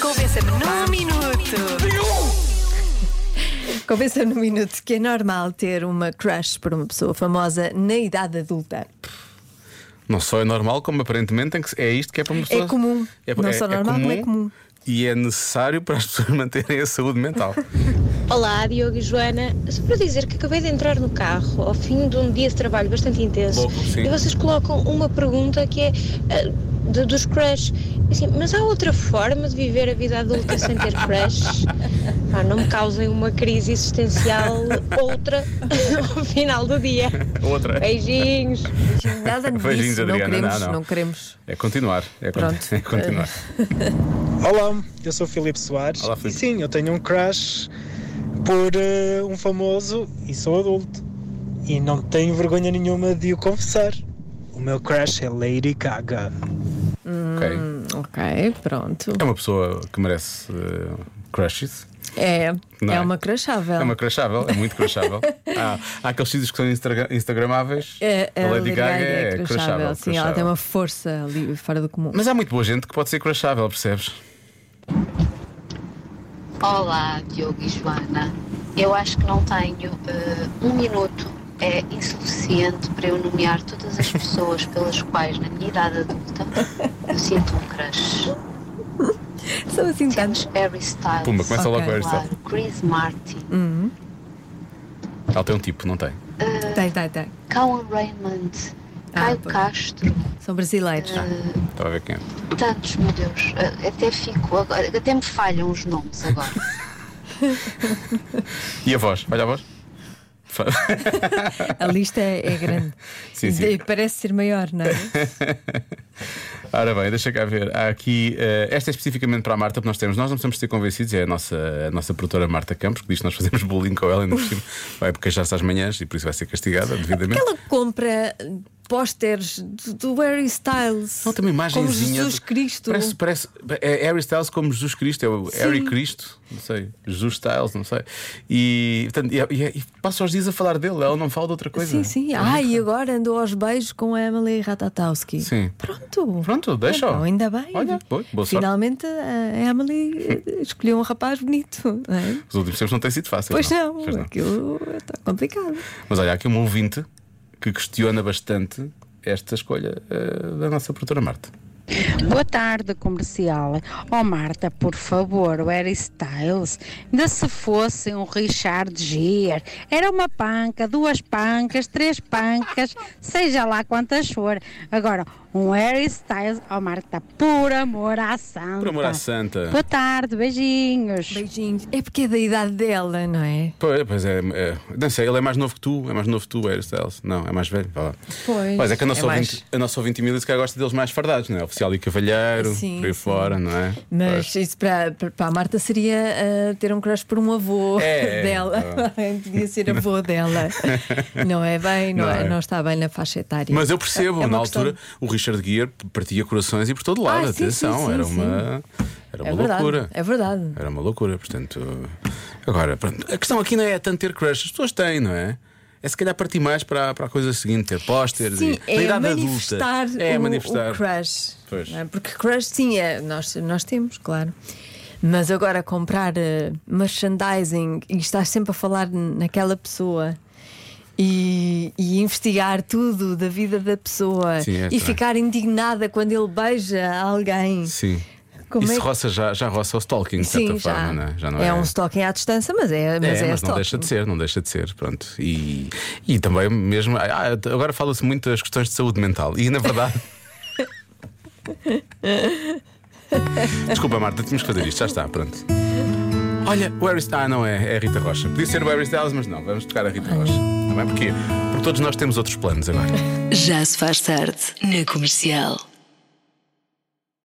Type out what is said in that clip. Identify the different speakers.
Speaker 1: Convença-me num minuto.
Speaker 2: Convença-me num minuto que é normal ter uma crush por uma pessoa famosa na idade adulta.
Speaker 3: Não só é normal, como aparentemente tem que, é isto que é para uma pessoa.
Speaker 2: É comum. Não só normal, como é comum.
Speaker 3: E é necessário para as pessoas manterem a saúde mental.
Speaker 4: Olá, Diogo e Joana. Só para dizer que acabei de entrar no carro ao fim de um dia de trabalho bastante intenso
Speaker 3: Louco, sim.
Speaker 4: e vocês colocam uma pergunta que é ah, do- dos crush. Assim, mas há outra forma de viver a vida adulta sem ter crush? Pá, não me causem uma crise existencial outra ao final do dia.
Speaker 3: Outra. é,
Speaker 4: Beijinhos.
Speaker 2: Nada
Speaker 3: Beijinhos,
Speaker 2: disso. Não
Speaker 3: Adriana.
Speaker 2: queremos,
Speaker 3: Não,
Speaker 2: não.
Speaker 3: não.
Speaker 2: queremos.
Speaker 3: É continuar. É, con-
Speaker 2: Pronto. Eh,
Speaker 3: é continuar.
Speaker 5: Olá, eu sou o Filipe Soares.
Speaker 3: Olá, Filipe.
Speaker 5: E sim, eu tenho um crush por eh, um famoso e sou adulto. E não tenho vergonha nenhuma de o confessar. O meu crush é Lady Gaga.
Speaker 2: hum.
Speaker 3: Ok.
Speaker 2: Ok, pronto.
Speaker 3: É uma pessoa que merece eh, crushes.
Speaker 2: É,
Speaker 3: Não
Speaker 2: é,
Speaker 3: é?
Speaker 2: uma crushável.
Speaker 3: É uma crushável, é muito crushável. há, há aqueles sítios que são instagra- instagramáveis.
Speaker 2: É,
Speaker 3: a Lady Gaga, é
Speaker 2: crushável.
Speaker 3: crushável.
Speaker 2: Sim, ela
Speaker 3: crushável.
Speaker 2: tem uma força ali fora do comum.
Speaker 3: Mas há muito boa gente que pode ser crushável, percebes?
Speaker 6: Olá, Diogo e Joana. Eu acho que não tenho eh, um minuto. É insuficiente para eu nomear todas as pessoas pelas quais, na minha idade adulta, eu sinto um crush.
Speaker 2: São assim tantos.
Speaker 6: Temos Harry Styles.
Speaker 3: Pumba, começa
Speaker 2: Ok.
Speaker 3: logo com a Hum. Aristotle.
Speaker 6: Claro, Chris Martin,
Speaker 3: Ela tem um tipo, não tem?
Speaker 2: Tem, tem, tem.
Speaker 6: Cauan Raymond,
Speaker 2: Ah,
Speaker 6: Caio
Speaker 2: pois.
Speaker 6: Castro,
Speaker 2: São brasileiros.
Speaker 3: Estava a ver quem é.
Speaker 6: tantos, meu Deus. Eh, até fico, agora- até me falham os nomes agora.
Speaker 3: E a voz? Olha a voz. Fa-
Speaker 2: A lista é, é grande.
Speaker 3: Sim, sim.
Speaker 2: E Parece ser maior, não é?
Speaker 3: Ora bem, deixa cá ver. Há aqui. eh, esta é especificamente para a Marta, porque nós temos. Nós não precisamos ser convencidos, é a nossa, a nossa produtora Marta Campos, que diz que nós fazemos bullying com ela e no cima vai porque já se às manhãs e por isso vai ser castigada devidamente.
Speaker 2: Ela compra pósteres do, do Harry Styles.
Speaker 3: Ela tem uma
Speaker 2: Como
Speaker 3: imagenzinha
Speaker 2: Jesus
Speaker 3: de-
Speaker 2: Cristo.
Speaker 3: Parece, parece. É Harry Styles como Jesus Cristo, é o Harry Cristo, não sei. Jesus Styles, não sei. E, portanto, e, é, e- e passa os dias a falar dele, ela não fala de outra coisa. É
Speaker 2: Sim, sim. Ah, e agora andou aos beijos com a Emily Ratatowski.
Speaker 3: Sim.
Speaker 2: Pronto.
Speaker 3: Pronto, deixa.
Speaker 2: Então, ainda bem.
Speaker 3: Olha, boa, boa sorte.
Speaker 2: Finalmente a Emily eh, escolheu um rapaz bonito, não é?
Speaker 3: Os últimos tempos não têm sido fáceis.
Speaker 2: Pois não,
Speaker 3: Pois não.
Speaker 2: aquilo está complicado.
Speaker 3: Mas olha, há aqui um ouvinte que questiona bastante esta escolha eh, da nossa produtora Marta.
Speaker 7: Boa tarde, comercial. Oh, Marta, por favor, o Harry Styles, ainda se fosse um Richard Gere, era uma panca, duas pancas, três pancas, seja lá quantas for. Agora, um Harry Styles, oh, Marta, por amor à santa.
Speaker 3: Por amor à
Speaker 2: é.
Speaker 3: santa.
Speaker 7: Boa tarde, beijinhos.
Speaker 2: Beijinhos. É porque é da idade dela, não é?
Speaker 3: Pois, pois é, é, não sei, ele é mais novo que tu, é mais novo que tu, Harry Styles. Não, é mais velho, vá lá.
Speaker 2: Pois,
Speaker 3: Pois é que a nossa
Speaker 2: é mais-
Speaker 3: ouvinte, a nossa ouvinte Emília se calhar gosta deles mais fardados, não é? Oficial e cavalheiro,
Speaker 2: Sim,
Speaker 3: por aí
Speaker 2: sim.
Speaker 3: fora, não é?
Speaker 2: Mas
Speaker 3: Pois.
Speaker 2: isso para, para- para a Marta seria ah, ter um crush por um avô
Speaker 3: É,
Speaker 2: dela. Podia ser avô dela. Não é bem, não,
Speaker 3: Não
Speaker 2: é-
Speaker 3: é.
Speaker 2: não está bem na faixa etária.
Speaker 3: Mas eu percebo,
Speaker 2: É uma
Speaker 3: na
Speaker 2: questão-
Speaker 3: altura o Richard Gere partia corações e por todo lado,
Speaker 2: Ah, sim,
Speaker 3: atenção,
Speaker 2: sim, sim,
Speaker 3: era
Speaker 2: sim.
Speaker 3: uma, era uma
Speaker 2: é verdade,
Speaker 3: loucura.
Speaker 2: É verdade.
Speaker 3: Era uma loucura, portanto. Agora, pronto, a questão aqui não é tanto ter crush, as pessoas têm, não é? É se calhar partir mais para, para a coisa seguinte, ter pósteres
Speaker 2: Sim,
Speaker 3: e na
Speaker 2: é
Speaker 3: idade
Speaker 2: manifestar,
Speaker 3: adulta. É
Speaker 2: o, o crush.
Speaker 3: Pois.
Speaker 2: não é? Porque crush, sim, é, nós, nós temos, claro. Mas agora comprar eh, merchandising e estar sempre a falar n- naquela pessoa. E, e investigar tudo da vida da pessoa
Speaker 3: Sim, é
Speaker 2: e
Speaker 3: estranho.
Speaker 2: ficar indignada quando ele beija alguém.
Speaker 3: Sim.
Speaker 2: Como
Speaker 3: Isso
Speaker 2: é que-
Speaker 3: roça já, já roça o stalking, de certa
Speaker 2: Sim, já,
Speaker 3: forma, não é? Já não
Speaker 2: é, um stalking à distância, mas é,
Speaker 3: É,
Speaker 2: mas é,
Speaker 3: mas
Speaker 2: stalking.
Speaker 3: não deixa de ser, não deixa de ser, pronto. E, e também mesmo. ah, agora fala-se muito das questões de saúde mental. E na verdade. Desculpa, Marta, tínhamos que fazer isto, já está, pronto. Olha, o Harry Styles- Ah, não, é, é a Rita Rocha. Podia ser o Harry Styles, mas não, vamos tocar a Rita Rocha. Tá Também porquê? Porque todos nós temos outros planos agora.
Speaker 1: Já se faz tarde na comercial.